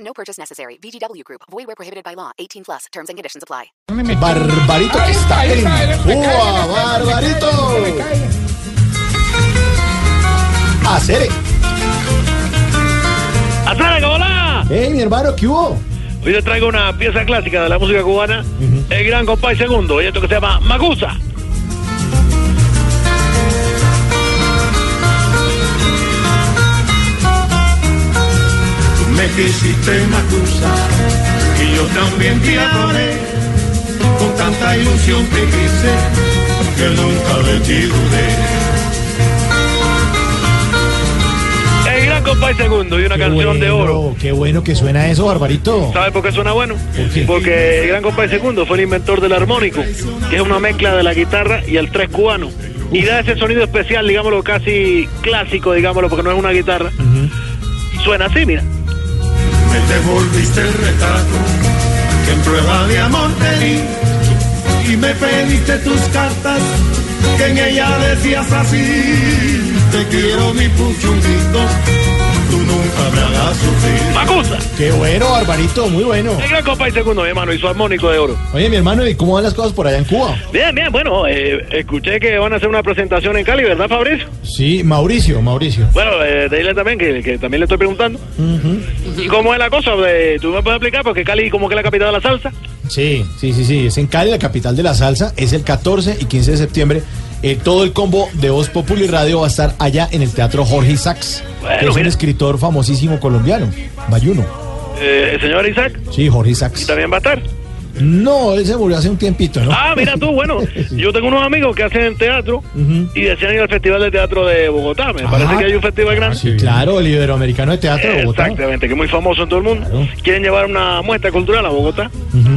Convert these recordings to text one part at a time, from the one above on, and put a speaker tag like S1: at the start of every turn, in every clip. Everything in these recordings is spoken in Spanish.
S1: No purchase necessary. VGW Group. Void where prohibited by law. 18 plus. Terms and conditions apply.
S2: Barbarito que está en Cuba,
S3: Barbarito!
S2: Barbarito. Acere.
S4: ¡Azara, hola!
S2: Hey, mi hermano, ¿qué hubo?
S4: Hoy te traigo una pieza clásica de la música cubana, el gran compay segundo, y esto que se llama Magusa.
S5: Me quisiste Macusa y yo también te adoré. Con tanta ilusión te quise que nunca de ti dudé.
S4: El gran compay segundo y una canción de oro.
S2: Qué bueno que suena eso, Barbarito.
S4: ¿Sabes por qué suena bueno?
S2: qué?
S4: Porque el gran compay segundo fue el inventor del armónico, que es una mezcla de la guitarra y el tres cubano. Y da ese sonido especial, digámoslo, casi clásico, digámoslo, porque no es una guitarra. Suena así, mira.
S5: Me devolviste el retrato que en prueba de amor te di. Y me pediste tus cartas que en ella decías así. Te quiero mi puchunguito, tú nunca me hagas sufrir.
S4: Magusa,
S2: Qué bueno, Barbarito, muy bueno.
S4: el gran compay segundo, mi hermano, y su armónico de oro.
S2: Oye, mi hermano, ¿y cómo van las cosas por allá en Cuba?
S4: Bien, bien, bueno, eh, escuché que van a hacer una presentación en Cali, ¿verdad, Fabricio?
S2: Sí, Mauricio, Mauricio.
S4: Bueno, eh, dile también que, que también le estoy preguntando. ¿Y cómo es la cosa? Eh, ¿Tú me puedes explicar? Porque Cali como que es la capital de la salsa.
S2: Sí, sí, sí, sí. Es en Cali, la capital de la salsa. Es el 14 y 15 de septiembre. Eh, todo el combo de Voz Populi Radio va a estar allá en el Teatro Jorge Isaacs, que
S4: Bueno,
S2: es un
S4: mira.
S2: escritor famosísimo colombiano, bayuno.
S4: Eh, el señor Isaac
S2: Sí, Jorge Isaacs.
S4: también va a estar.
S2: No, él se murió hace un tiempito, ¿no?
S4: Ah, mira tú, bueno, yo tengo unos amigos que hacen teatro y desean ir al Festival de Teatro de Bogotá. Me parece
S2: Ah.
S4: que hay un festival grande.
S2: Sí, claro, el Iberoamericano de Teatro de Bogotá.
S4: Exactamente, que es muy famoso en todo el mundo.
S2: Claro.
S4: Quieren llevar una muestra cultural a Bogotá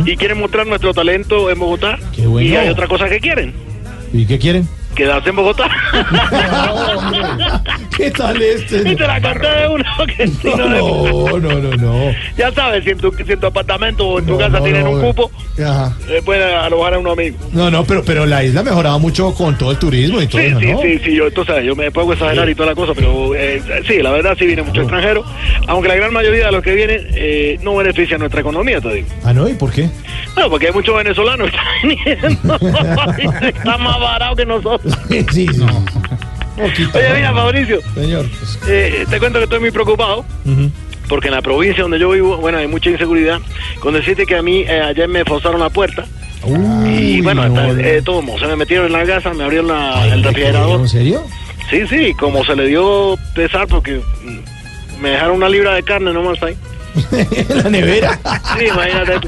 S4: y quieren mostrar nuestro talento en Bogotá.
S2: Qué bueno.
S4: Y hay otra cosa que quieren,
S2: ¿Y qué quieren?
S4: quedarse en Bogotá.
S2: ¿Qué tal
S4: y
S2: este?
S4: te la canté de uno que si no le-
S2: No, no, no, no.
S4: Ya sabes, si en tu, si en tu apartamento o en tu
S2: No,
S4: casa
S2: no,
S4: tienen
S2: no,
S4: un
S2: güey.
S4: cupo,
S2: Ajá.
S4: eh, pueden alojar a un amigo.
S2: No, no, pero, pero la isla ha mejorado mucho con todo el turismo y todo
S4: Sí,
S2: eso,
S4: sí,
S2: ¿no?
S4: sí, sí, yo, tú sabes, yo me puedo exagerar y toda la cosa, pero eh, sí, la verdad sí viene mucho extranjero, aunque la gran mayoría de los que vienen eh, no benefician nuestra economía, te digo.
S2: Ah, no, ¿y por qué?
S4: Bueno, porque hay muchos venezolanos que están viniendo, y están más baratos que nosotros.
S2: Sí, sí. No. Poquito,
S4: Oye,
S2: ¿no?
S4: mira, Fabricio,
S2: Señor, pues,
S4: eh, te cuento que estoy muy preocupado.
S2: ujú.
S4: Porque en la provincia donde yo vivo, bueno, hay mucha inseguridad. Con decirte que a mí eh, ayer me forzaron la puerta, Y
S2: Uy,
S4: bueno,
S2: no,
S4: hasta-
S2: no.
S4: eh, todo mo- se me metieron en la casa, me abrieron la-
S2: Ay,
S4: el
S2: ¿te
S4: refrigerador.
S2: creo? ¿En serio?
S4: Sí, sí, como se le dio pesar porque mm, me dejaron una libra de carne nomás ahí.
S2: la nevera.
S4: Sí, imagínate tú.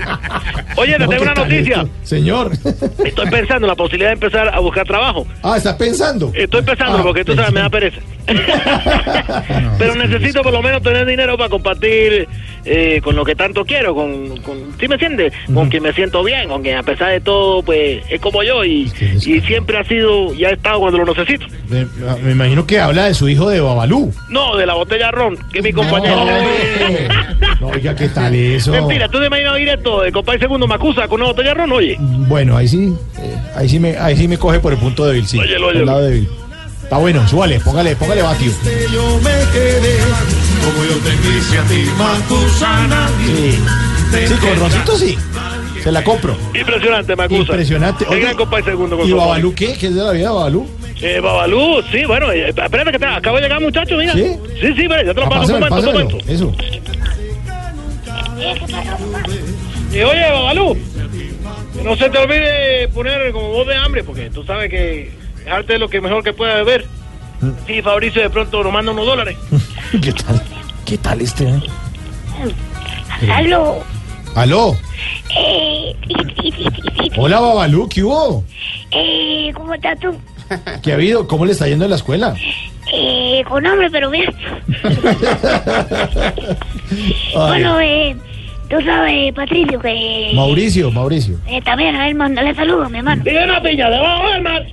S4: Oye, te
S2: No,
S4: tengo
S2: ¿qué
S4: una
S2: tal
S4: noticia.
S2: esto? Señor.
S4: Estoy pensando en la posibilidad de empezar a buscar trabajo.
S2: ah, ¿está pensando?
S4: Estoy pensando
S2: Ah,
S4: porque tú sabes, me da pereza. Pero necesito por lo menos tener dinero para compartir eh, con lo que tanto quiero, con, con ¿sí me entiendes? Con quien me siento bien, con quien a pesar de todo, pues es como yo y,
S2: que es-
S4: y siempre ha sido y ha estado cuando lo necesito.
S2: Me, me imagino que habla de su hijo de Babalú.
S4: No, de la botella de ron, que es mi compañero.
S2: hombre. No, oiga, ¿qué tal eso?
S4: Mentira, tú te imaginas directo de compadre segundo Macusa con una botella de ron, oye.
S2: Mm. Bueno, ahí sí, eh, ahí sí me, ahí sí me coge por el punto débil, sí.
S4: Óyelo,
S2: por el
S4: óyelo.
S2: lado débil. Está bueno, súbale, póngale, póngale vatio.
S5: Que yo me quedé, como yo te quise a ti, Macusana.
S2: Sí. Sí, con Roncito sí. Se la compro.
S4: Impresionante, Macusa.
S2: Impresionante.
S4: El gran compadre segundo con
S2: ¿Y
S4: su
S2: Babalú qué? ¿Qué es de la vida de Babalú?
S4: Eh, Babalú, sí, bueno, eh, espérate que te acabo de llegar, muchacho, mira.
S2: ¿Sí?
S4: sí, sí, espera, ya te lo
S2: Ah,
S4: paso
S2: pásamelo,
S4: un momento, un
S2: pásamelo.
S4: momento.
S2: Eso.
S4: Y oye, Babalú, que no se te olvide poner como voz de hambre, porque tú sabes que dejarte lo que mejor que pueda beber.
S2: Mm.
S4: Sí, Fabricio, de pronto nos manda unos dólares.
S2: ¿Qué tal? ¿Qué tal este? eh?
S6: Aló.
S2: Aló.
S6: Eh,
S2: Hola, Babalú, ¿qué hubo?
S6: eh, ¿Cómo estás tú?
S2: ¿Qué ha habido? ¿Cómo le está yendo en la escuela?
S3: Eh, con hambre, pero bien. Bueno, eh, tú sabes, Patricio, que...
S2: Mauricio, Mauricio.
S3: Eh, también, a él mandale saludos, mi hermano.
S4: Tiene una piña debajo del mar.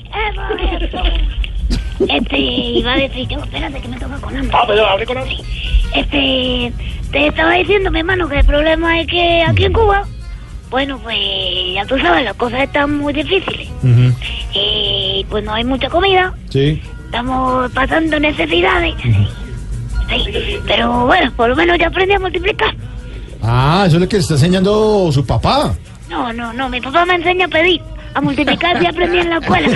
S3: Este, iba a decir yo, espérate que me toca con hambre.
S4: Ah, pero abre con hambre.
S3: Este, te estaba diciendo, mi hermano, que el problema es que aquí en Cuba, bueno, pues ya tú sabes, las cosas están muy difíciles.
S2: Ujú,
S3: Eh, pues no hay mucha comida,
S2: Sí.
S3: estamos pasando necesidades. Sí, pero bueno, por lo menos ya aprendí a multiplicar.
S2: Ah, eso es lo que le está enseñando su papá.
S3: No, no, no, mi papá me enseña a pedir, a multiplicar y aprendí en la escuela.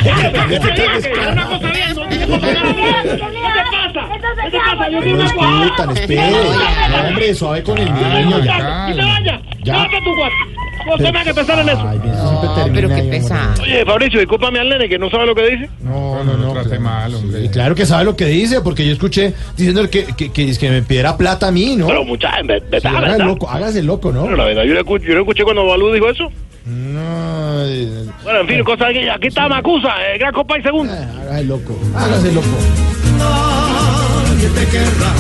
S2: Disputan, espere. No, hombre, suave con el niño ya.
S4: ¡Y te vaya!
S2: Ya.
S4: ¡Vete a tu cuarto! No tengas que pensar en eso.
S2: Ay, bien, eso siempre termina
S6: pero qué
S2: ahí, hombre.
S6: pesa.
S4: Oye, Fabricio, discúlpame al nene que no sabe lo que dice.
S2: No, no, no.
S7: trate
S2: pero-
S7: mal, hombre.
S2: Sí, claro que sabe lo que dice, porque yo escuché diciendo que, que, que, que me pidiera plata a mí, ¿no?
S4: Pero muchachos, vete
S2: Sí,
S4: a la
S2: haga el
S4: verdad.
S2: loco, hágase el loco, ¿no?
S4: Pero la verdad, yo lo escuché, yo lo escuché cuando Balú dijo eso.
S2: No, eh,
S4: Bueno, en fin, cosas que aquí está Macusa, el gran compa y segundo.
S2: hágase el loco, hágase el loco.
S5: Nadie te querrá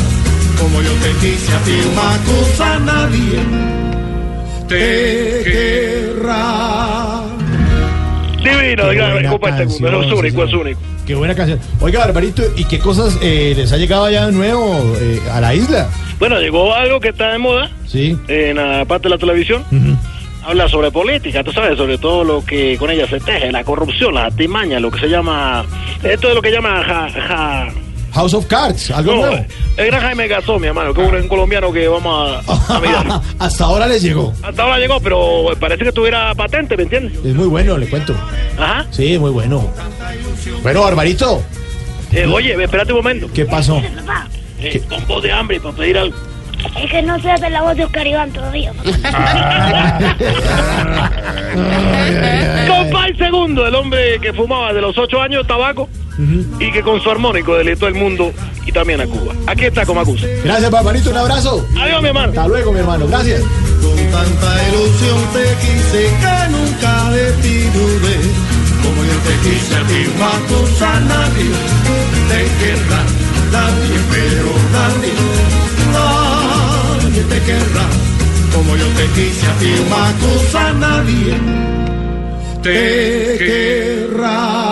S5: como yo te quise a ti, Macusa, nadie te querrá.
S4: Divino, el gran
S2: Eh, buena
S4: compa y segundo.
S2: canción,
S4: Pero este es
S2: sí,
S4: único, es
S2: señor.
S4: único.
S2: Qué buena canción. Oiga, Barbarito, ¿y qué cosas eh, les ha llegado allá de nuevo eh, a la isla?
S4: Bueno, llegó algo que está de moda
S2: Sí.
S4: en la parte de la televisión.
S2: Ujú.
S4: Habla sobre política, tú sabes, sobre todo lo que con ella se teje, la corrupción, la artimaña, lo que se llama. Esto es lo que llama. Ja, ja-
S2: House of Cards, algo
S4: no,
S2: nuevo.
S4: el gran Jaime Gasó, mi hermano, que es un, un colombiano que vamos a, a mirar.
S2: Hasta ahora les llegó.
S4: Hasta ahora llegó, pero parece que tuviera patente, ¿me entiendes?
S2: Es muy bueno, le cuento.
S4: Ajá.
S2: Sí, es muy bueno. Bueno, Barbarito,
S4: Eh, oye, espérate un momento.
S2: ¿qué pasó?
S3: Papá,
S4: Eh, con voz de hambre para pedir algo.
S3: es que no se hace la voz de Oscar Iván todavía. papá.
S4: Compay Segundo, el hombre que fumaba de los 8 años tabaco y que con su armónico delitó el mundo y también a Cuba. Aquí está Comacusa.
S2: Gracias, Barbarito, un abrazo.
S4: Adiós, mi hermano.
S2: Hasta luego, mi hermano, gracias.
S5: Con tanta ilusión te quise que nunca de ti dudé. Como yo te quise a ti, Macusa, nadie te querrá. Nadie, pero nadie, nadie te querrá. Como yo te quise a ti, Macusa, nadie te querrá.